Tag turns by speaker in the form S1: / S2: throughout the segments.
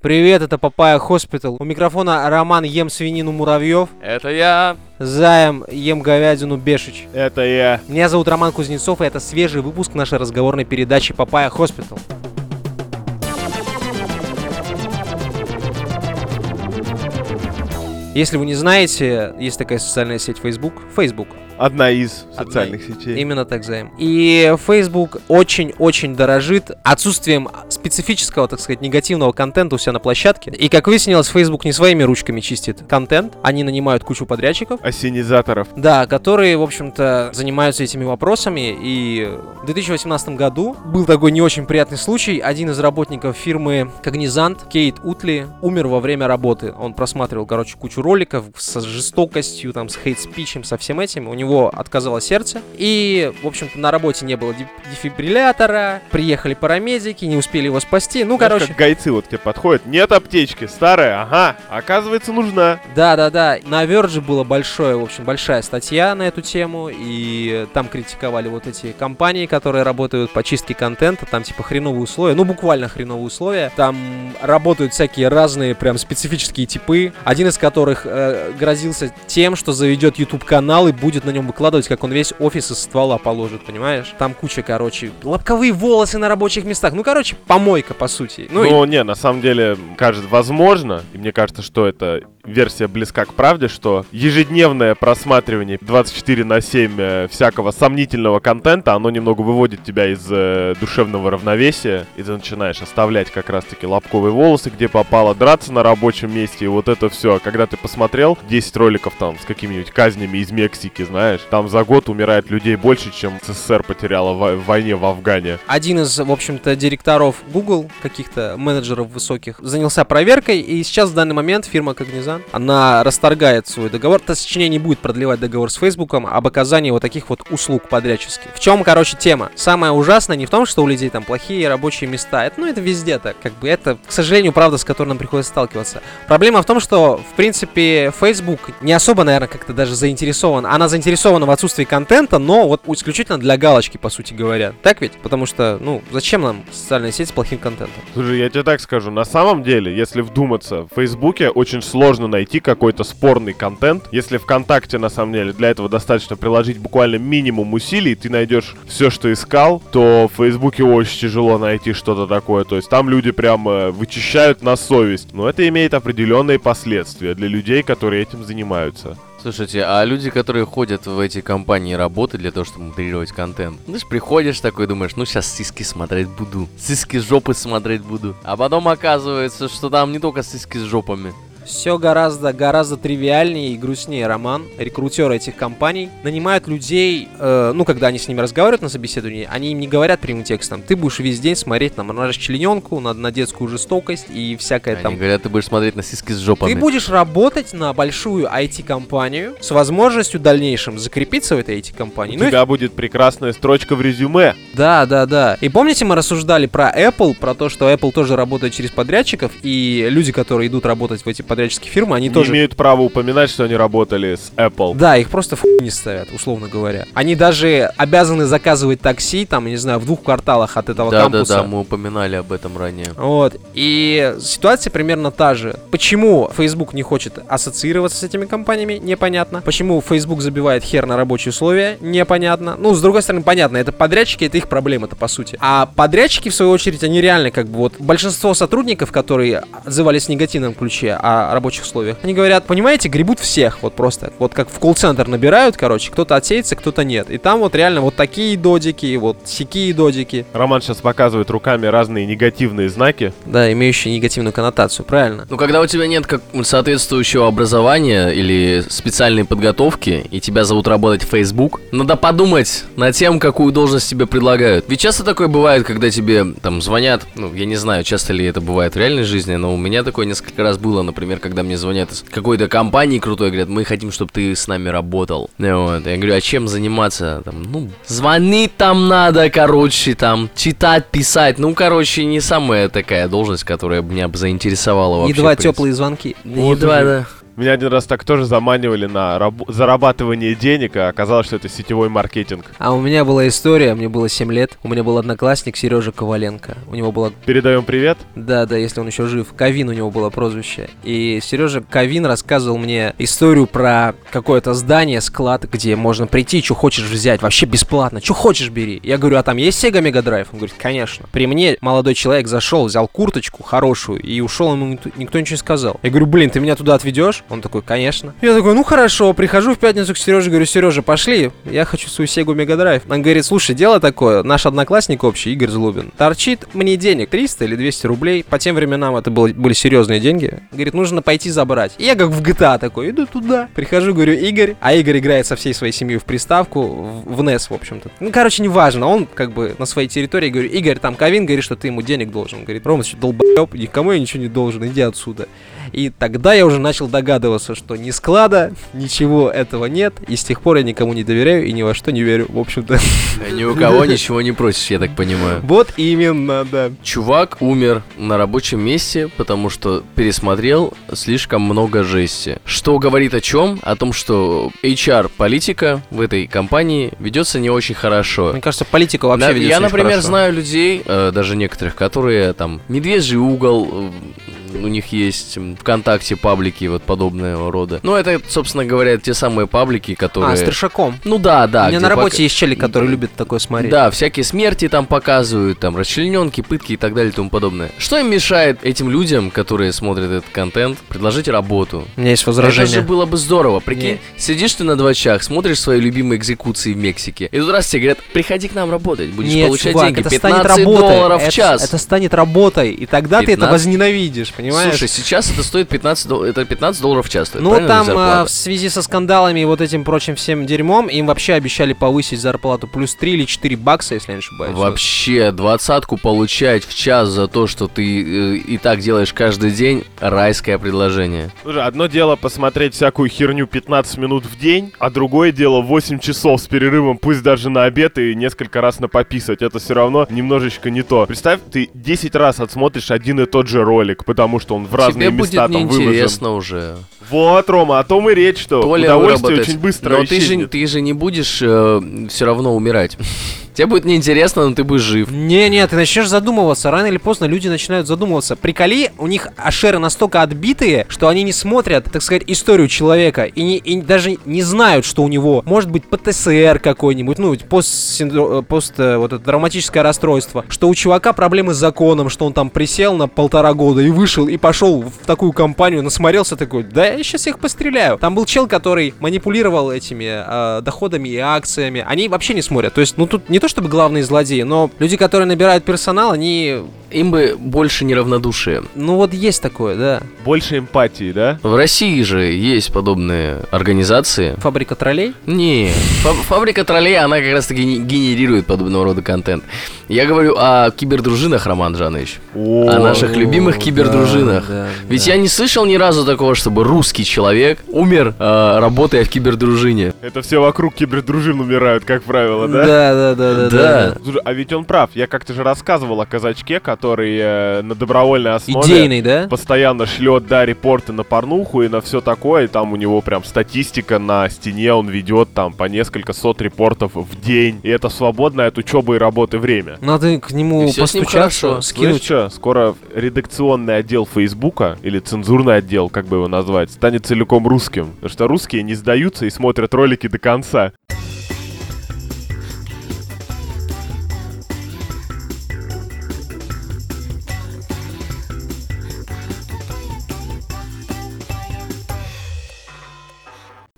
S1: Привет, это Папая Хоспитал. У микрофона Роман Ем Свинину Муравьев,
S2: Это я.
S1: Заем Ем Говядину Бешич.
S2: Это я.
S1: Меня зовут Роман Кузнецов, и это свежий выпуск нашей разговорной передачи Папая Хоспитал. Если вы не знаете, есть такая социальная сеть Facebook. Facebook.
S2: Одна из
S1: Одна
S2: социальных сетей.
S1: Именно так, Заем. И Facebook очень-очень дорожит отсутствием специфического, так сказать, негативного контента у себя на площадке. И, как выяснилось, Facebook не своими ручками чистит контент. Они нанимают кучу подрядчиков.
S2: Осенизаторов.
S1: Да, которые, в общем-то, занимаются этими вопросами. И в 2018 году был такой не очень приятный случай. Один из работников фирмы Cognizant, Кейт Утли, умер во время работы. Он просматривал, короче, кучу роликов с жестокостью, там, с хейт-спичем, со всем этим. У него отказало сердце. И, в общем-то, на работе не было деф- дефибриллятора. Приехали парамедики, не успели его спасти. Ну,
S2: Знаешь,
S1: короче...
S2: как гайцы вот к тебе подходят. Нет аптечки, старая, ага. Оказывается, нужна.
S1: Да, да, да. На Verge была большая, в общем, большая статья на эту тему, и там критиковали вот эти компании, которые работают по чистке контента, там типа хреновые условия, ну буквально хреновые условия. Там работают всякие разные прям специфические типы, один из которых э, грозился тем, что заведет YouTube канал и будет на нем выкладывать, как он весь офис из ствола положит, понимаешь? Там куча, короче, лобковые волосы на рабочих местах, ну короче, помойка по сути.
S2: Ну,
S1: Ну, и-
S2: не, на самом деле, кажется, возможно, и мне кажется, что эта версия близка к правде, что ежедневное просматривание 24 на 7 э, всякого сомнительного контента, оно немного выводит тебя из э, душевного равновесия, и ты начинаешь оставлять как раз-таки лобковые волосы, где попало, драться на рабочем месте, и вот это все. Когда ты посмотрел 10 роликов там с какими-нибудь казнями из Мексики, знаешь, там за год умирает людей больше, чем СССР потеряла во- в войне в Афгане.
S1: Один из, в общем-то, директоров Google, каких-то менеджеров высоких, занялся проверкой, и сейчас в данный момент фирма Cognizant, она расторгает свой договор, точнее не будет продлевать договор с Facebook об оказании вот таких вот услуг подрядческих. В чем, короче, тема? Самое ужасное не в том, что у людей там плохие рабочие места, это, ну это везде так, как бы это, к сожалению, правда, с которой нам приходится сталкиваться. Проблема в том, что, в принципе, Facebook не особо, наверное, как-то даже заинтересован. Она заинтересована в отсутствии контента, но вот исключительно для галочки, по сути говоря. Так ведь? Потому что, ну, зачем нам социальная сеть с плохим контентом?
S2: Слушай, я тебе так скажу, на самом деле, если вдуматься, в Фейсбуке очень сложно найти какой-то спорный контент. Если ВКонтакте, на самом деле, для этого достаточно приложить буквально минимум усилий, и ты найдешь все, что искал, то в Фейсбуке очень тяжело найти что-то такое. То есть там люди прям э, вычищают на совесть. Но это имеет определенные последствия для людей, которые этим занимаются.
S3: Слушайте, а люди, которые ходят в эти компании работы для того, чтобы модерировать контент, ну ты ж приходишь такой, думаешь, ну сейчас сиски смотреть буду, сиски жопы смотреть буду. А потом оказывается, что там не только сиски с жопами.
S1: Все гораздо, гораздо тривиальнее и грустнее, Роман. Рекрутеры этих компаний нанимают людей, э, ну, когда они с ними разговаривают на собеседовании, они им не говорят прямым текстом. Ты будешь весь день смотреть там на расчлененку, на, на детскую жестокость и всякое
S3: Они
S1: там
S3: говорят, ты будешь смотреть на сиски с жопами.
S1: Ты будешь работать на большую IT-компанию с возможностью в дальнейшем закрепиться в этой IT-компании.
S2: У
S1: Ну и-
S2: тебя будет прекрасная строчка в резюме.
S1: Да, да, да. И помните, мы рассуждали про Apple, про то, что Apple тоже работает через подрядчиков, и люди, которые идут работать в эти подрядческие фирмы, они
S2: Не
S1: тоже...
S2: имеют права упоминать, что они работали с Apple.
S1: Да, их просто в хуй не ставят, условно говоря. Они даже обязаны заказывать такси, там, я не знаю, в двух кварталах от этого
S3: да, да,
S1: кампуса.
S3: да, мы упоминали об этом ранее.
S1: Вот. И ситуация примерно та же. Почему Facebook не хочет ассоциироваться с этими компаниями, непонятно. Почему Facebook забивает хер на рабочие условия, непонятно. Ну, с другой стороны, понятно, это подрядчики, это их проблема это по сути. А подрядчики, в свою очередь, они реально как бы вот... Большинство сотрудников, которые отзывались в негативном ключе о рабочих условиях, они говорят, понимаете, гребут всех, вот просто. Вот как в колл-центр набирают, короче, кто-то отсеется, кто-то нет. И там вот реально вот такие додики, вот сякие додики.
S2: Роман сейчас показывает руками разные негативные знаки.
S1: Да, имеющие негативную коннотацию, правильно.
S3: Ну, когда у тебя нет как соответствующего образования или специальной подготовки, и тебя зовут работать в Facebook, надо подумать над тем, какую должность тебе предлагают. Ведь часто такое бывает, когда тебе там звонят, ну, я не знаю, часто ли это бывает в реальной жизни, но у меня такое несколько раз было, например, когда мне звонят из какой-то компании крутой, говорят, мы хотим, чтобы ты с нами работал. Ну, вот. Я говорю, а чем заниматься? Там, ну, звонить там надо, короче, там, читать, писать. Ну, короче, не самая такая должность, которая меня бы заинтересовала вообще.
S1: Едва
S3: в принципе.
S1: теплые звонки.
S3: Ну, Едва, да.
S2: Меня один раз так тоже заманивали на раб- зарабатывание денег, а оказалось, что это сетевой маркетинг.
S1: А у меня была история, мне было 7 лет. У меня был одноклассник Сережа Коваленко. У него была
S2: Передаем привет.
S1: Да, да, если он еще жив. Кавин у него было прозвище. И Сережа Кавин рассказывал мне историю про какое-то здание, склад, где можно прийти, что хочешь взять, вообще бесплатно, что хочешь бери. Я говорю, а там есть Sega Mega Drive? Он говорит, конечно. При мне молодой человек зашел, взял курточку хорошую и ушел, ему никто, никто ничего не сказал. Я говорю, блин, ты меня туда отведешь? Он такой, конечно. Я такой, ну хорошо, прихожу в пятницу к Сереже, говорю, Сережа, пошли, я хочу свою Sega Mega Drive. Он говорит, слушай, дело такое, наш одноклассник общий, Игорь Злобин, торчит мне денег, 300 или 200 рублей, по тем временам это было- были серьезные деньги. Говорит, нужно пойти забрать. И я как в GTA такой, иду туда. Прихожу, говорю, Игорь, а Игорь играет со всей своей семьей в приставку, в, в NES, в общем-то. Ну, короче, неважно, он как бы на своей территории, говорю, Игорь, там Кавин говорит, что ты ему денег должен. Он Говорит, Рома, ты что, долбоеб, никому я ничего не должен, иди отсюда. И тогда я уже начал догадываться, что ни склада, ничего этого нет, и с тех пор я никому не доверяю и ни во что не верю, в общем-то.
S3: Ни у кого ничего не просишь, я так понимаю.
S1: Вот именно, да.
S3: Чувак умер на рабочем месте, потому что пересмотрел слишком много жести. Что говорит о чем? О том, что HR-политика в этой компании ведется не очень хорошо.
S1: Мне кажется, политика вообще
S3: Да,
S1: ведёт себя
S3: я,
S1: очень
S3: например,
S1: хорошо.
S3: знаю людей, э, даже некоторых, которые там медвежий угол, э, у них есть м, ВКонтакте паблики вот подобного рода. Ну, это, собственно говоря, те самые паблики, которые...
S1: А, с Торшаком.
S3: Ну да, да.
S1: У меня
S3: где
S1: на
S3: пока-
S1: работе есть челик, который любит такое смотреть.
S3: Да, всякие смерти там показывают, там расчлененки, пытки и так далее и тому подобное. Что им мешает этим людям, которые смотрят этот контент, предложить работу?
S1: У меня есть
S3: Это же
S1: возражение.
S3: было бы здорово, прикинь.
S1: Не.
S3: Сидишь ты на двачах, смотришь свои любимые экзекуции в Мексике, и тут раз тебе говорят, приходи к нам работать, будешь
S1: Нет,
S3: получать
S1: чувак,
S3: деньги,
S1: это
S3: 15
S1: станет работой.
S3: долларов в
S1: это,
S3: час.
S1: Это станет работой, и тогда ты это
S3: 15?
S1: возненавидишь, понимаешь?
S3: Слушай, сейчас это стоит 15, дол- это 15 долларов в час. стоит,
S1: ну
S3: правильно,
S1: там
S3: зарплата?
S1: а, в связи со скандалами и вот этим прочим всем дерьмом им вообще обещали повысить зарплату плюс 3 или 4 бакса, если я не ошибаюсь.
S3: Вообще, двадцатку получать в час за то, что ты э, и так делаешь каждый день, райское предложение.
S2: Слушай, одно дело посмотреть всякую херню 15 минут в день, а другое дело 8 часов с перерывом, пусть даже на обед и несколько раз на пописать. Это все равно немножечко не то. Представь, ты 10 раз отсмотришь один и тот же ролик, потому что он в разные
S3: Тебе будет
S2: места там выложен.
S3: неинтересно уже.
S2: Вот, Рома, о том и речь, что
S3: То ли
S2: удовольствие
S3: выработать.
S2: очень быстро
S3: Но ты же,
S2: исчезнет.
S3: ты же не будешь все равно умирать. Тебе будет неинтересно, но ты будешь жив.
S1: Не-не, ты начнешь задумываться. Рано или поздно люди начинают задумываться. Приколи, у них ашеры настолько отбитые, что они не смотрят, так сказать, историю человека и, не, и даже не знают, что у него может быть ПТСР какой-нибудь, ну, постсиндро- э, пост, э, вот это травматическое расстройство, что у чувака проблемы с законом, что он там присел на полтора года и вышел, и пошел в такую компанию, насмотрелся такой, да я сейчас их постреляю. Там был чел, который манипулировал этими э, доходами и акциями. Они вообще не смотрят. То есть, ну тут не то чтобы главные злодеи, но люди, которые набирают персонал, они...
S3: Им бы больше неравнодушие.
S1: Ну вот есть такое, да.
S2: Больше эмпатии, да?
S3: В России же есть подобные организации.
S1: Фабрика троллей.
S3: Не, фа- фабрика троллей, она как раз таки ген- генерирует подобного рода контент. Я говорю о кибердружинах, Роман Жанович.
S2: О,
S3: О наших любимых кибердружинах. Ведь я не слышал ни разу такого, чтобы русский человек умер, э, работая в кибердружине.
S2: это все вокруг кибердружин умирают, как правило, да?
S1: Да, да, да, да. да.
S2: Слушай, а ведь он прав. Я как-то же рассказывал о казачке, который э, на добровольной основе
S1: Идейный, да?
S2: постоянно шлет, да, репорты на порнуху и на все такое. И там у него прям статистика на стене, он ведет там по несколько сот репортов в день. И это свободное от учебы и работы время.
S1: Надо к нему
S3: И всё с ним
S1: постучаться,
S3: хорошо.
S2: Знаешь
S1: скинуть.
S2: что, скоро редакционный отдел Фейсбука, или цензурный отдел, как бы его назвать, станет целиком русским. Потому что русские не сдаются и смотрят ролики до конца.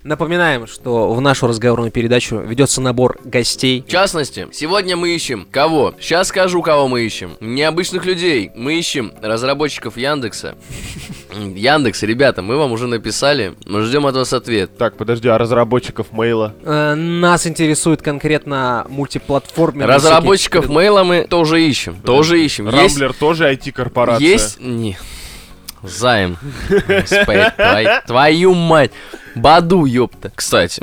S1: Напоминаем, что в нашу разговорную передачу ведется набор гостей.
S3: В частности, сегодня мы ищем кого? Сейчас скажу, кого мы ищем. Необычных людей. Мы ищем разработчиков Яндекса. Яндекс, ребята, мы вам уже написали. Мы ждем от вас ответ.
S2: Так, подожди, а разработчиков мейла?
S1: Э, нас интересует конкретно мультиплатформенные
S3: Разработчиков
S1: всякие-
S3: мейла мы тоже ищем. Тоже ищем. Есть-
S2: Рамблер тоже IT-корпорация.
S3: Есть? Не. Займ. Господи, твой- твою мать. Баду, ёпта. Кстати,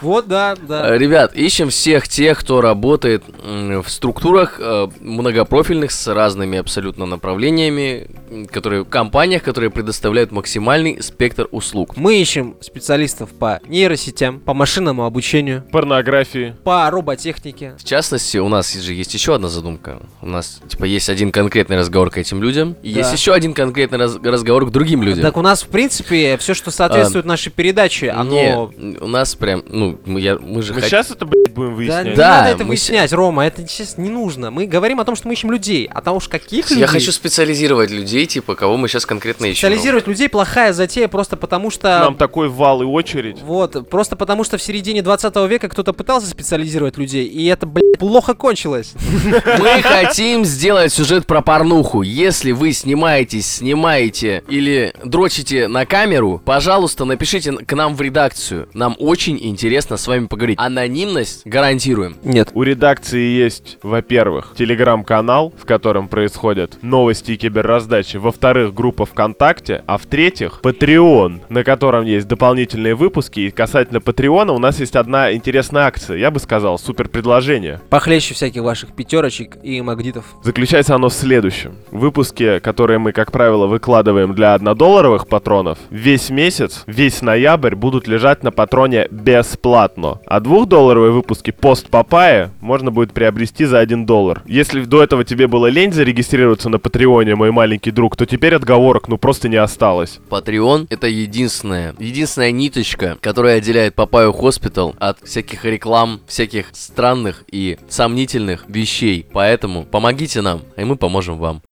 S1: Вот, да, да.
S3: э, ребят, ищем всех тех, кто работает м, в структурах э, многопрофильных с разными абсолютно направлениями, м, которые, компаниях, которые предоставляют максимальный спектр услуг.
S1: Мы ищем специалистов по нейросетям, по машинному обучению,
S2: Порнографии.
S1: по роботехнике.
S3: В частности, у нас же есть еще одна задумка. У нас, типа, есть один конкретный разговор к этим людям, и
S1: Да.
S3: есть еще один конкретный раз- разговор к другим людям.
S1: Так у нас, в принципе, все, что соответствует нашей передаче, оно...
S3: Не, у нас прям, ну, мы, я- мы же
S2: Мы
S3: хот-
S2: сейчас это, блядь, будем
S1: Да, не
S2: выяснять.
S3: Да,
S1: надо это
S3: мы
S1: выяснять, Рома, это сейчас не нужно. Мы говорим о том, что мы ищем людей, а того уж каких людей...
S3: Я хочу специализировать людей, типа, кого мы сейчас конкретно ищем.
S1: Специализировать людей плохая затея просто потому, что...
S2: Нам такой вал и очередь.
S1: Вот, просто потому что в середине 20 века кто-то пытался специализировать людей, и это, блядь, плохо кончилось.
S3: Мы хотим сделать сюжет про порнуху. Если вы снимаетесь, снимаете или дрочите на камеру, пожалуйста, напишите к нам в редакцию. Нам очень интересно с вами поговорить. Анонимность гарантируем.
S1: Нет.
S2: У редакции есть, во-первых, телеграм-канал, в котором происходят новости и киберраздачи, во-вторых, группа ВКонтакте, а в-третьих, Patreon, на котором есть дополнительные выпуски. И касательно Патреона у нас есть одна интересная акция, я бы сказал, супер предложение.
S1: Похлеще всяких ваших пятерочек и магдитов.
S2: Заключается оно в следующем. В выпуске, которые мы, как правило, выкладываем для однодолларовых патронов, весь месяц, весь ноябрь будут лежать на патроне бесплатно. А двухдолларовые выпуски пост Папая можно будет приобрести за 1 доллар. Если до этого тебе было лень зарегистрироваться на Патреоне, мой маленький друг, то теперь отговорок ну просто не осталось.
S3: Patreon — это единственная, единственная ниточка, которая отделяет Папаю Хоспитал от всяких реклам, всяких странных и сомнительных вещей. Поэтому помогите нам, и мы поможем вам.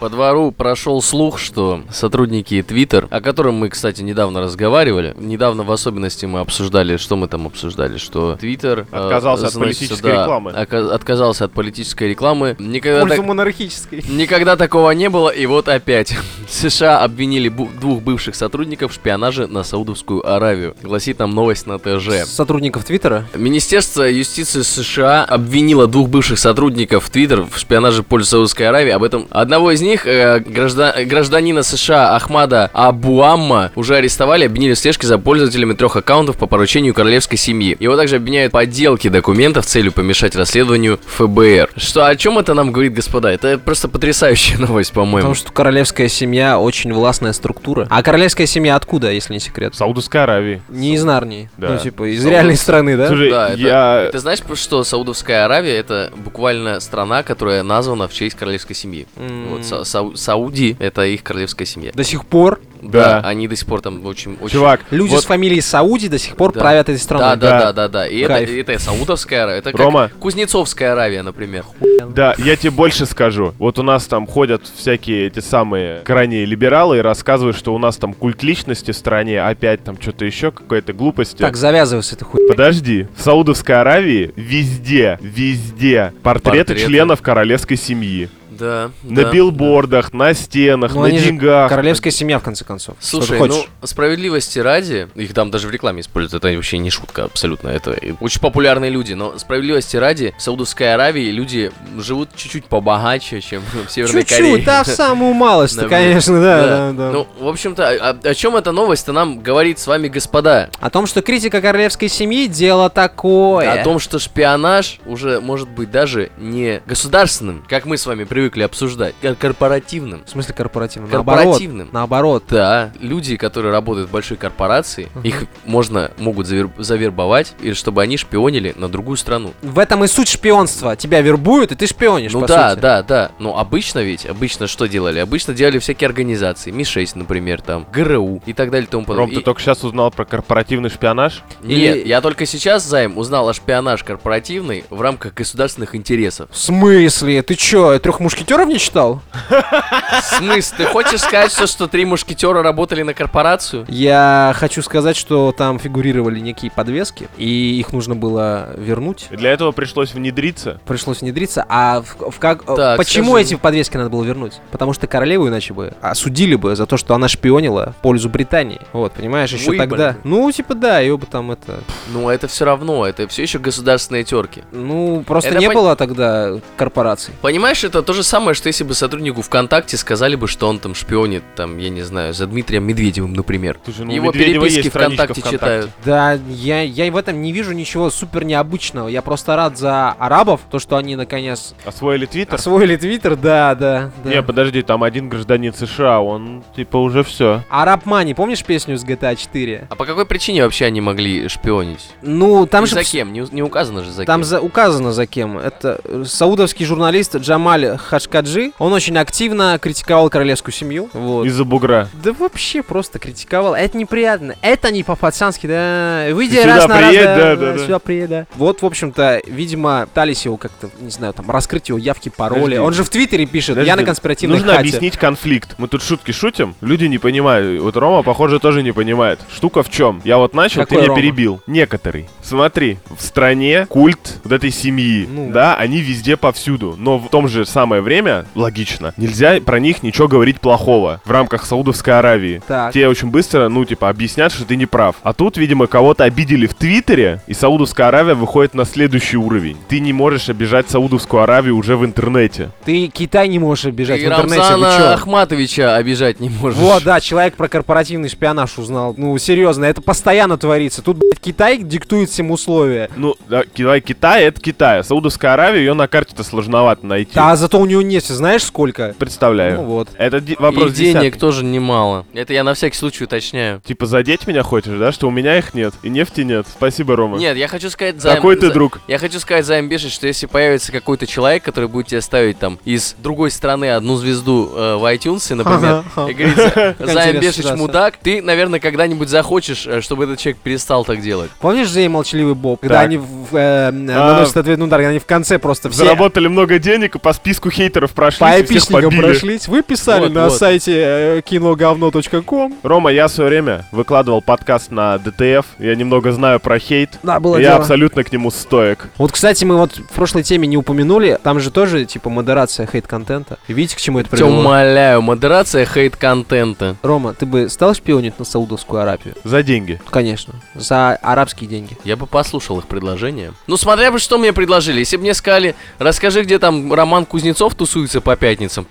S3: По двору прошел слух, что сотрудники Twitter, о котором мы, кстати, недавно разговаривали, недавно в особенности мы обсуждали, что мы там обсуждали, что Twitter э,
S2: Отказался от
S3: значит,
S2: политической
S3: да,
S2: рекламы.
S3: ока- отказался от политической рекламы. Никогда так-
S1: монархической.
S3: Никогда такого не было, и вот опять. США обвинили бу- двух бывших сотрудников в шпионаже на Саудовскую Аравию. Гласит нам новость на ТЖ.
S1: Сотрудников Твиттера.
S3: Министерство юстиции США обвинило двух бывших сотрудников Twitter в шпионаже в пользу Саудовской Аравии. Об этом одного из них, э, гражда- гражданина США Ахмада Абуамма, уже арестовали, обвинили в слежке за пользователями трех аккаунтов по поручению королевской семьи. Его также обвиняют в подделке документов с целью помешать расследованию ФБР. Что, о чем это нам говорит, господа? Это просто потрясающая новость, по-моему.
S1: Потому что королевская семья очень властная структура. А королевская семья откуда, если не секрет?
S2: В Саудовской Аравии.
S1: Не из Нарнии.
S2: Да.
S1: Ну, типа, из
S3: Саудовская.
S1: реальной страны, да?
S2: Слушай,
S3: Да, это-
S2: я...
S3: Ты знаешь, что Саудовская Аравия это буквально страна, которая названа в честь королевской семьи.
S1: М.
S3: Вот Са- Сау- Сауди это их королевская семья.
S1: До сих пор
S2: Да.
S3: Они до сих пор там очень, очень.
S2: Чувак,
S1: люди
S2: вот
S1: с фамилией Сауди до сих пор
S3: Да.
S1: правят этой страной.
S3: Да, да, да, да,
S2: Да.
S3: да, И это,
S1: Кайф.
S3: и это Саудовская Аравия. Это как
S2: Рома.
S3: Кузнецовская Аравия, например.
S2: Да, я тебе больше скажу. Вот у нас там ходят всякие эти самые крайние либералы и рассказывают, что у нас там культ личности в стране, опять там что-то еще, какой-то глупости.
S1: Так, завязывай с этой хуй.
S2: Подожди, в Саудовской Аравии везде, везде портреты,
S3: Портреты.
S2: членов королевской семьи.
S3: Да.
S2: на билбордах, на стенах,
S1: Ну,
S2: на
S1: они же
S2: деньгах.
S1: Королевская семья, в конце концов. Что ты
S3: Слушай,
S1: хочешь?
S3: ну справедливости ради, их там даже в рекламе используют, это вообще не шутка абсолютно, это и очень популярные люди, но справедливости ради, в Саудовской Аравии люди живут чуть-чуть побогаче, чем в Северной Корее.
S1: Чуть-чуть, да, в самую малость-то,
S3: Да,
S1: конечно, да, да, да.
S3: Ну, в общем-то, о, о- о чем эта новость-то нам говорит с вами, господа?
S1: О том, что критика королевской семьи дело такое.
S3: О том, что шпионаж уже может быть даже не государственным, как мы с вами привыкли обсуждать, а корпоративным.
S1: В смысле корпоративным?
S3: Корпоративным.
S1: Наоборот. Наоборот.
S3: Да, люди, которые работают в большой корпорации,
S1: Мгм.
S3: их можно, могут завер- завербовать, и чтобы они шпионили на другую страну.
S1: В этом и суть шпионства. Тебя вербуют, и ты шпионишь,
S3: ну
S1: по
S3: да,
S1: сути.
S3: да, да. Но обычно ведь, обычно что делали? Обычно делали всякие организации, Ми-6, например, там, ГРУ и так далее и тому подобное.
S2: Ром, ты
S3: И-
S2: только сейчас узнал про корпоративный шпионаж?
S3: Нет,
S1: Или-
S3: я только сейчас, Займ, узнал о шпионаж корпоративный в рамках государственных интересов.
S1: В смысле? Ты чё, трех мушкетеров не читал?
S3: В смысле, ты хочешь сказать, что, что три мушкетера работали на корпорацию?
S1: Я хочу сказать, что там фигурировали некие подвески, и их нужно было вернуть.
S2: И Для этого пришлось внедриться.
S1: Пришлось внедриться. А в, в как, э,
S3: Так,
S1: почему
S3: скажи.
S1: эти подвески надо было вернуть? Потому что королеву иначе бы осудили бы за то, что она шпионила в пользу Британии. Вот, понимаешь, еще
S3: Выебали
S1: тогда.
S3: бы.
S1: Ну, типа, да, ее бы там это...
S3: Ну, это все равно, это все еще государственные терки.
S1: Ну, просто
S3: Это
S1: не
S3: пон-
S1: было тогда корпораций.
S3: Понимаешь, это то же же самое, что если бы сотруднику ВКонтакте сказали бы, что он там шпионит, там, я не знаю, за Дмитрием Медведевым, например.
S2: Слушай, ну, у
S3: Его
S2: Медведева есть
S3: переписки
S2: страничка
S3: ВКонтакте, читают.
S1: Да, я, я и в этом не вижу ничего супер необычного. Я просто рад за арабов, то, что они наконец
S2: Освоили Твиттер?
S1: освоили Твиттер, да, да. да.
S2: Не, подожди, там один гражданин США, он типа уже все.
S1: Араб Мани, помнишь песню с GTA 4?
S3: А по какой причине вообще они могли шпионить?
S1: Ну, там
S3: Ни
S1: же
S3: за
S1: пс-
S3: кем? Не, у- не указано же за
S1: Там
S3: кем.
S1: за, указано за кем. Это э, саудовский журналист Джамаль Хашкаджи. Он очень активно критиковал королевскую семью. Вот.
S2: Из-за бугра.
S1: Да вообще просто критиковал. Это неприятно. Это не по-пацански, да. Выйди
S2: Сюда
S1: раз на раз,
S2: приедь,
S1: да,
S2: да, да, да.
S1: сюда приедь, да. Вот, в общем-то, видимо, пытались его как-то, не знаю, там, раскрыть его явки, пароли.
S2: Подожди.
S1: Он же в Твиттере пишет,
S2: Подожди,
S1: я на конспиративной
S2: Нужно
S1: хате».
S2: объяснить конфликт. Мы тут шутки шутим, люди не понимают. Вот Рома, похоже, тоже не понимает. Штука в чем? Я вот начал,
S1: Какой
S2: ты меня
S1: Рома?
S2: перебил. Некоторые. Смотри, в стране культ вот этой семьи,
S1: Ну.
S2: да, они везде повсюду. Но в том же самое время, логично, нельзя про них ничего говорить плохого в рамках Саудовской Аравии.
S1: Так.
S2: Тебе очень быстро, ну, типа, объяснят, что ты не прав. А тут, видимо, кого-то обидели в Твиттере, и Саудовская Аравия выходит на следующий уровень. Ты не можешь обижать Саудовскую Аравию уже в интернете.
S1: Ты Китай не можешь обижать
S3: И
S1: в интернете, вы чё?
S3: Рамзана Ахматовича обижать не можешь.
S1: Вот, да, человек про корпоративный шпионаж узнал. Ну, серьезно, это постоянно творится. Тут, блядь, Китай диктует всем условия.
S2: Ну, да, Китай, Китай это Китай. а Саудовская Аравия, ее на карте-то сложновато найти.
S1: Да, а зато у него нефти, знаешь, сколько?
S2: Представляю.
S1: Ну вот.
S2: Это ди- вопрос
S3: И денег
S2: десятый.
S3: тоже немало. Это я на всякий случай уточняю.
S2: Типа задеть меня хочешь, да? Что у меня их нет. И нефти нет. Спасибо, Рома.
S3: Нет, я хочу сказать за...
S2: Какой ты
S3: за-
S2: друг?
S3: Я хочу сказать за бешит, что если появится какой-то человек, который будет тебе ставить там из другой страны одну звезду э, в iTunes, например,
S1: Ага, ага.
S3: и говорит, Займ
S1: интересная
S3: Бешич
S1: ситуация.
S3: мудак, ты, наверное, когда-нибудь захочешь, э, чтобы этот человек перестал так делать.
S1: Помнишь «Зей и молчаливый Боб», когда
S2: Так. А.
S1: они в, э, наносят ответный удар, когда они в конце просто все
S2: Заработали много денег и по списку хейтеров прошли.
S1: по
S2: всех
S1: эпичникам
S2: побили.
S1: прошлись. Вы писали
S3: Вот,
S1: на
S3: вот.
S1: сайте э, киноговно.ком.
S2: Рома, я в свое время выкладывал подкаст на ДТФ. Я немного знаю про хейт.
S1: Да, было
S2: я
S1: дело.
S2: абсолютно к нему стоек.
S1: Вот, кстати, мы вот в прошлой теме не упомянули, там же тоже, типа, модерация хейт-контента. И Видите, к чему это
S3: Тебя
S1: привело?
S3: умоляю, модерация хейт-контента.
S1: Рома, ты бы стал шпионить на Саудовскую Арабию?
S2: За деньги.
S1: Ну, Конечно, за арабские деньги.
S3: Я бы послушал их предложение. Ну, смотря бы, что мне предложили. Если бы мне сказали, расскажи, где там Роман Кузнецов тусуется по пятницам.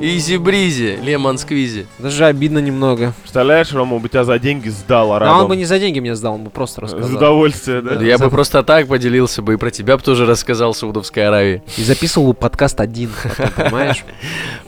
S3: Изи-бризи, лемон-сквизи.
S1: Даже обидно немного.
S2: Представляешь, Рома бы тебя за деньги сдал
S1: Да
S2: арабам.
S1: он бы не за деньги меня сдал, он бы просто
S2: С
S1: рассказал.
S2: удовольствия, да?
S1: Да.
S3: Я бы
S1: забыл.
S3: просто так поделился бы и про тебя бы тоже рассказал Саудовской Аравии.
S1: И записывал бы подкаст один, потом, понимаешь?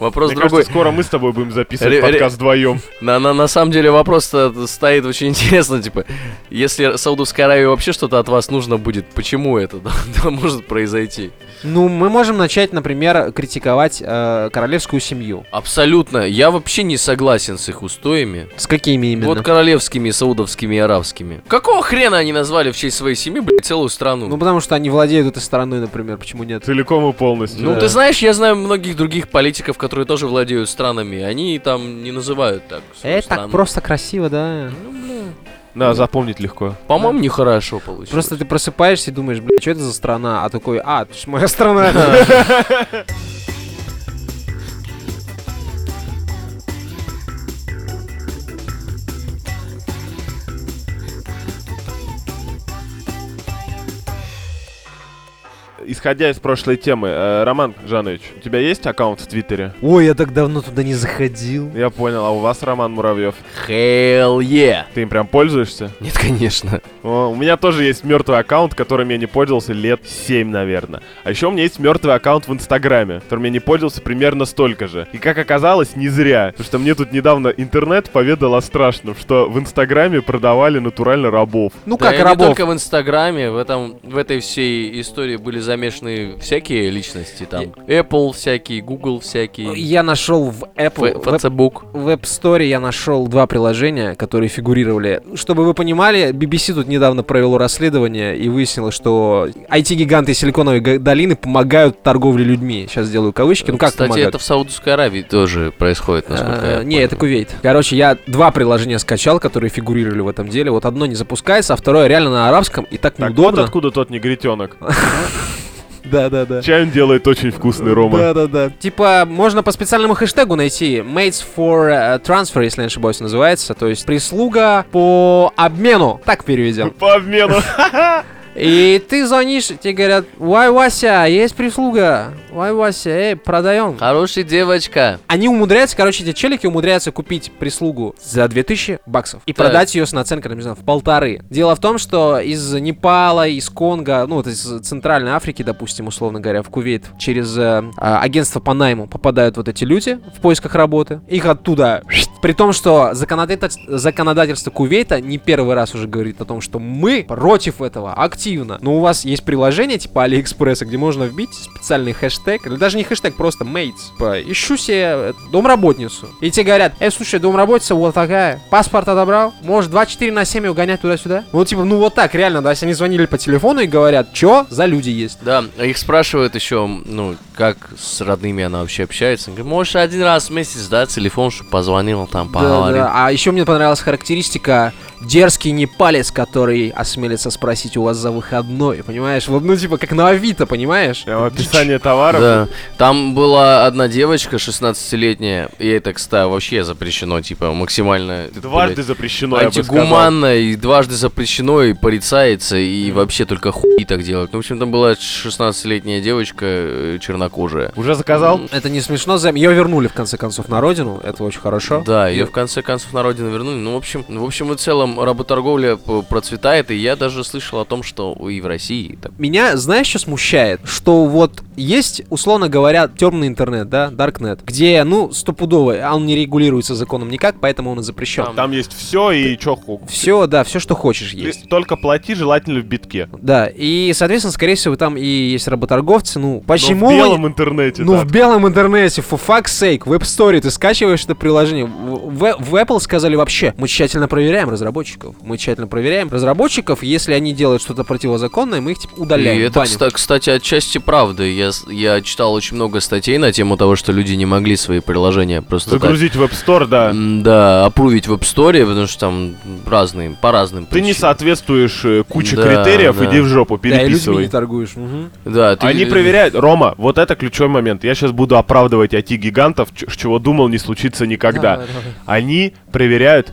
S3: Вопрос
S2: Мне
S3: другой.
S2: кажется, скоро мы с тобой будем записывать
S3: Ре- ре-
S2: подкаст вдвоем.
S3: На, на, на самом деле вопрос стоит очень интересно, типа, если Саудовской Аравии вообще что-то от вас нужно будет, почему это да, да, может произойти?
S1: Ну, мы можем начать, например, критиковать э, королевскую семью.
S3: Абсолютно. Я вообще не согласен с их устоями.
S1: С какими именно?
S3: Вот королевскими, саудовскими и арабскими. Какого хрена они назвали в честь своей семьи, блядь, целую страну?
S1: Ну, потому что они владеют этой страной, например, почему нет?
S2: Целиком и полностью.
S3: Ну,
S1: да.
S3: ты знаешь, я знаю многих других политиков, которые тоже владеют странами. Они там не называют так. свою
S1: Это Э, так
S3: страну.
S1: просто красиво, да.
S3: Ну,
S2: Да, запомнить легко.
S3: По-моему, нехорошо получилось.
S1: Просто ты просыпаешься и думаешь, бля, что это за страна? А такой, а, это ж моя страна.
S2: Исходя из прошлой темы, э, Роман Жанович, у тебя есть аккаунт в Твиттере?
S1: Ой, я так давно туда не заходил.
S2: Я понял, а у вас Роман Муравьев.
S3: Hell yeah.
S2: Ты им прям пользуешься?
S3: Нет, конечно.
S2: О, у меня тоже есть мертвый аккаунт, которым я не пользовался лет 7, наверное. А еще у меня есть мертвый аккаунт в Инстаграме, которым я не пользовался примерно столько же. И как оказалось, не зря. Потому что мне тут недавно интернет поведал о страшном, что в Инстаграме продавали натурально рабов.
S1: Ну
S3: Да,
S1: как,
S3: и Не
S1: рабов?
S3: только в Инстаграме, в, этом, в этой всей истории были замешаны всякие личности. Там Apple всякие, Google всякие,
S1: Я нашел в Apple,
S3: Ф-
S1: в
S3: Facebook.
S1: В App Store я нашел два приложения, которые фигурировали. Чтобы вы понимали, BBC тут недавно провело расследование и выяснило, что IT-гиганты из Силиконовой га- долины помогают торговле людьми. Сейчас сделаю кавычки. Ну как
S3: Кстати,
S1: помогают?
S3: это в Саудовской Аравии тоже происходит, насколько
S1: Э,
S3: я
S1: не,
S3: понял.
S1: это Кувейт. Короче, я два приложения скачал, которые фигурировали в этом деле. Вот одно не запускается, а второе реально на арабском и так,
S2: Так вот
S1: неудобно.
S2: откуда тот негритенок.
S1: Да, да, да.
S2: Чай он делает очень вкусный, Рома.
S1: Да, да, да. Типа, можно по специальному хэштегу найти Mates for э, Transfer, если я не ошибаюсь, называется. То есть прислуга по обмену. Так переведем.
S2: По обмену.
S1: И ты звонишь, и тебе говорят, вай, Вася, есть прислуга, вай, Вася, эй, продаем.
S3: Хорошая девочка.
S1: Они умудряются, короче, эти челики умудряются купить прислугу за 2000 баксов и
S3: Так.
S1: продать ее с наценкой, не знаю, в полторы. Дело в том, что из Непала, из Конго, ну, вот из Центральной Африки, допустим, условно говоря, в Кувейт, через э, а, агентство по найму попадают вот эти люди в поисках работы. Их оттуда... При том, что законодатель- законодательство Кувейта не первый раз уже говорит о том, что мы против этого активно. Но у вас есть приложение типа Алиэкспресса, где можно вбить специальный хэштег, или даже не хэштег, просто mates. Типа, ищу себе э, домработницу. И тебе говорят, э, слушай, домработница вот такая, паспорт отобрал, можешь 24 на 7 угонять туда-сюда. Ну, типа, ну вот так, реально, да, если они звонили по телефону и говорят, чё за люди есть.
S3: Да, их спрашивают еще, ну, как с родными она вообще общается. Говорит, Можешь один раз в месяц, да, телефон, чтобы позвонил, там,
S1: Да,
S3: поговорил.
S1: да. А еще мне понравилась характеристика дерзкий непалец, который осмелится спросить у вас за выходной, понимаешь? Вот, ну, типа, как на Авито, понимаешь?
S2: Прям описание товаров.
S3: Да. Там была одна девочка 16-летняя, ей так ста вообще запрещено, типа, максимально...
S2: Дважды запрещено, я бы сказал.
S3: Антигуманно и дважды запрещено, и порицается, и вообще только хуй так делают. Ну, в общем, там была 16-летняя девочка э, чернокожая.
S2: Уже заказал?
S1: Это не смешно, Займ. Ее вернули, в конце концов, на родину. Это очень хорошо.
S3: Да, ее в конце концов на родину вернули. Ну, в общем, в общем и целом работорговля п- процветает, и я даже слышал о том, что и в России так.
S1: Меня, знаешь, что смущает? Что вот есть, условно говоря, темный интернет, да, Darknet, где, ну, стопудовый, а он не регулируется законом никак, поэтому он и запрещен.
S3: Там-
S2: Там есть все и чё ху-
S1: Все, да, все, что хочешь,
S2: Ты
S1: есть.
S2: Только плати, желательно в битке.
S1: Да, и, соответственно, скорее всего, там и есть работорговцы, ну,
S2: Но
S1: почему...
S2: в
S1: они-
S2: белом интернете,
S1: Ну,
S2: да.
S1: в белом интернете, for fuck's sake, в App Store ты скачиваешь это приложение. В, в- в Apple сказали вообще, мы тщательно проверяем разработчиков. Мы тщательно проверяем разработчиков, если они делают что-то противозаконное, мы их типа удаляем,
S3: И это,
S1: баним».
S3: кста- кстати, отчасти правда. Я, с- я читал очень много статей на тему того, что люди не могли свои приложения просто так,
S2: Загрузить в App Store, да.
S3: м, да, опрувить в App Store, потому что там разные, по разным
S2: Ты не
S3: причинам.
S2: соответствуешь э, куче
S3: Да,
S2: критериев,
S3: да.
S2: иди в жопу,
S1: Да, и людьми не
S2: переписывай.
S1: торгуешь. мгм.
S3: Да, ты-
S2: Они проверяют. Рома, вот это ключевой момент. Я сейчас буду оправдывать IT-гигантов, ч- чего думал не случится никогда.
S1: Давай, давай.
S2: Они проверяют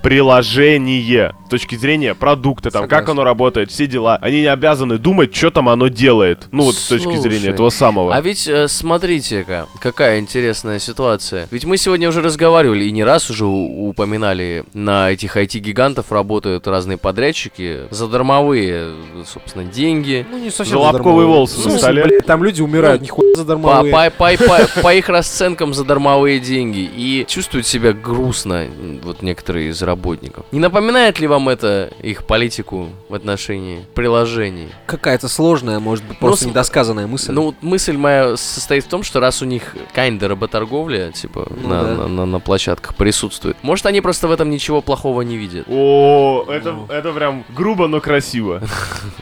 S2: приложение с точки зрения продукта, там, как
S1: Согласен.
S2: оно работает, все дела. Они не обязаны думать, что там оно делает. Ну, вот с точки
S3: Слушай,
S2: зрения этого самого.
S3: А ведь э, смотрите-ка, какая интересная ситуация. Ведь мы сегодня уже разговаривали и не раз уже у- упоминали, на этих IT-гигантов работают разные подрядчики за дармовые, собственно, деньги.
S1: Ну, не совсем
S2: Лобковые
S1: задормовые. Ну,
S2: волосы
S1: В смысле,
S2: на столе.
S1: блядь, там люди умирают, нихуя за
S3: По,
S1: дармовые.
S3: по- по- по- по их расценкам за дармовые деньги. И чувствуют себя грустно м, вот некоторые из работников. Не напоминает ли вам это их политику в отношении приложений?
S1: Какая-то сложная, может быть, просто
S3: см-
S1: недосказанная мысль.
S3: Ну, вот мысль моя состоит в том, что раз у них kinda работорговля, типа,
S1: Ну
S3: на,
S1: да.
S3: на- на- на площадках присутствует, может, они просто в этом ничего плохого не видят.
S2: О, это, это прям грубо, но красиво.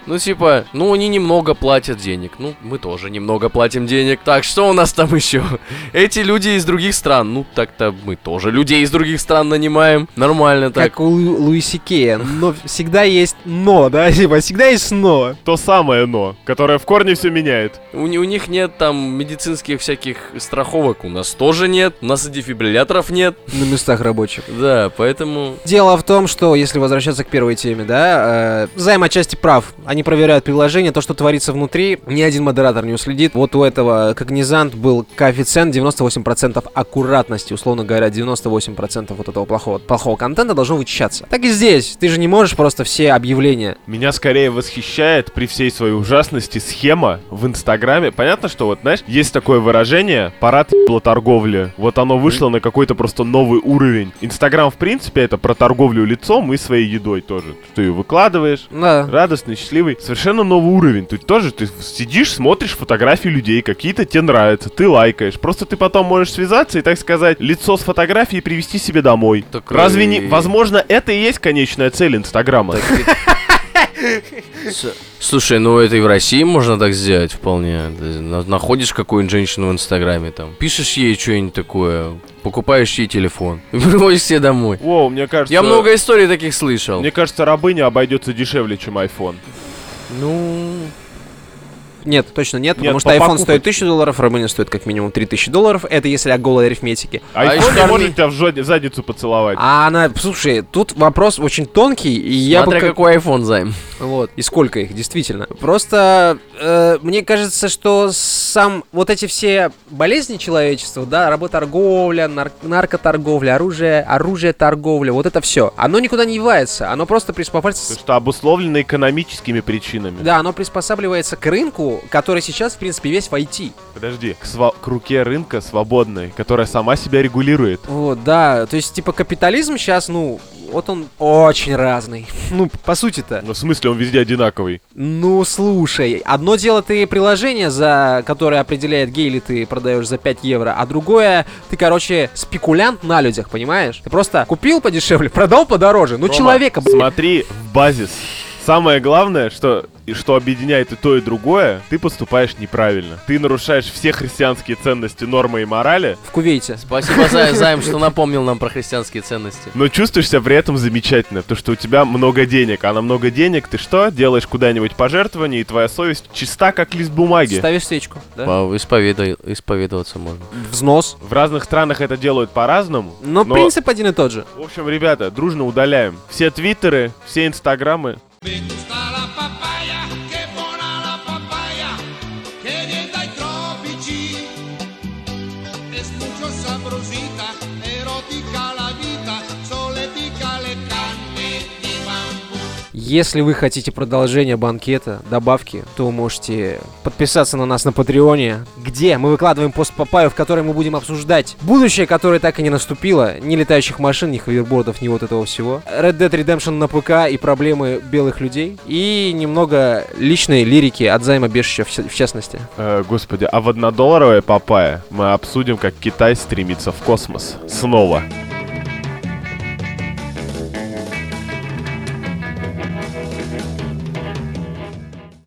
S3: Ну, типа, ну, они немного платят денег. Ну, мы тоже немного платим денег. Так, что у нас там еще? Эти люди из других стран. Ну, так-то мы тоже людей из других стран нанимаем. Нормально так.
S1: как у Лу- Луиси Кея, но всегда есть но, да, типа, всегда есть но.
S2: То самое но, которое в корне все меняет.
S3: У, ни- у них нет там медицинских всяких страховок. У нас тоже нет. У нас и дефибрилляторов нет.
S1: На местах рабочих.
S3: Да, поэтому...
S1: Дело в том, что если возвращаться к первой теме, да, э, займ отчасти прав. Они проверяют приложение, то, что творится внутри, ни один модератор не уследит. Вот у этого когнизант был коэффициент 98% аккуратности, условно говоря, 98% вот этого плохого, плохого контента должно вычищаться. Так и здесь, ты же не можешь просто все объявления.
S2: Меня скорее восхищает при всей своей ужасности схема в Инстаграме. Понятно, что вот, знаешь, есть такое выражение «парад ебла торговли». Вот оно вышло на какой-то просто новый уровень. Инстаграм, в принципе, это про торговлю лицом и своей едой тоже. Ты ее выкладываешь,
S1: Да.
S2: радостный, счастливый. Совершенно новый уровень. Тут тоже ты сидишь, смотришь фотографии людей, какие-то тебе нравятся, ты лайкаешь. Просто ты потом можешь связаться и, так сказать, лицо с фотографией привести себе домой.
S3: Так,
S2: Разве
S3: э,
S2: не... Возможно, это и есть конечная цель Инстаграма.
S3: Слушай, ну это и в России можно так сделать вполне. Ты на- Находишь какую-нибудь женщину в Инстаграме там, пишешь ей что-нибудь такое, покупаешь ей телефон, и привозишь себе домой.
S2: Воу, мне кажется...
S3: Я много историй таких слышал.
S2: Мне кажется, рабыня обойдется дешевле, чем iPhone.
S3: Ну,
S1: Нет, точно нет,
S2: Ну. Нет,
S1: потому что
S2: по-
S1: iPhone
S2: покупать.
S1: стоит 1000 долларов, Рабынин стоит как минимум 3000 долларов. Это если о голой арифметике.
S2: А
S3: А
S2: iPhone
S3: еще
S2: не может
S3: армей-
S2: тебя в жод- в задницу поцеловать.
S1: А она, слушай, тут вопрос очень тонкий, и я бы
S3: Смотря
S1: как-
S3: какой iPhone займ.
S1: Вот. И сколько их, действительно. Просто э, мне кажется, что сам вот эти все болезни человечества, да, работорговля, нар- наркоторговля, оружие, оружие торговля, вот это все, оно никуда не девается, оно просто
S2: То
S1: приспосабливается...
S2: есть это обусловлено экономическими причинами.
S1: Да, оно приспосабливается к рынку, который сейчас, в принципе, весь в IT.
S2: Подожди, к, сва- к руке рынка свободной, которая сама себя регулирует.
S1: Вот, да, то есть, типа, капитализм сейчас, ну, вот он очень разный. Ну, по сути-то.
S2: Ну, в смысле, он везде одинаковый.
S1: Ну, слушай, одно дело ты приложение, за которое определяет, гей ли ты продаешь за 5 евро, а другое, ты, короче, спекулянт на людях, понимаешь? Ты просто купил подешевле, продал подороже, ну,
S2: Рома,
S1: человека, б***ь.
S2: Смотри в базис. Самое главное, что, и что объединяет и то, и другое, ты поступаешь неправильно. Ты нарушаешь все христианские ценности, нормы и морали,
S1: в Кувейте.
S3: Спасибо за займ, что напомнил нам про христианские ценности.
S2: но чувствуешь себя при этом замечательно, потому что у тебя много денег. А на много денег ты что? Делаешь куда-нибудь пожертвование, и твоя совесть чиста, как лист бумаги.
S1: Ставишь свечку, да?
S3: Вау, исповеда- Исповедоваться можно.
S1: Взнос.
S2: В разных странах это делают по-разному.
S1: Но, Ну, принцип один и тот же.
S2: В общем, ребята, дружно удаляем все твиттеры, все инстаграмы.
S4: Me gusta la papaya, che buona la papaya, che viene dai tropici. Es mucho sabrosita, erotica la vita, soletica le canne di bambù.
S1: Если вы хотите продолжения банкета, добавки, то можете подписаться на нас на Патреоне, где мы выкладываем пост Папаю, в котором мы будем обсуждать будущее, которое так и не наступило, ни летающих машин, ни ховербордов, ни вот этого всего, Red Dead Redemption на ПК и проблемы белых людей, и немного личной лирики от Займа Бешича в ча- в частности.
S2: Э, господи, а в однодолларовой папая мы обсудим, как Китай стремится в космос. Снова.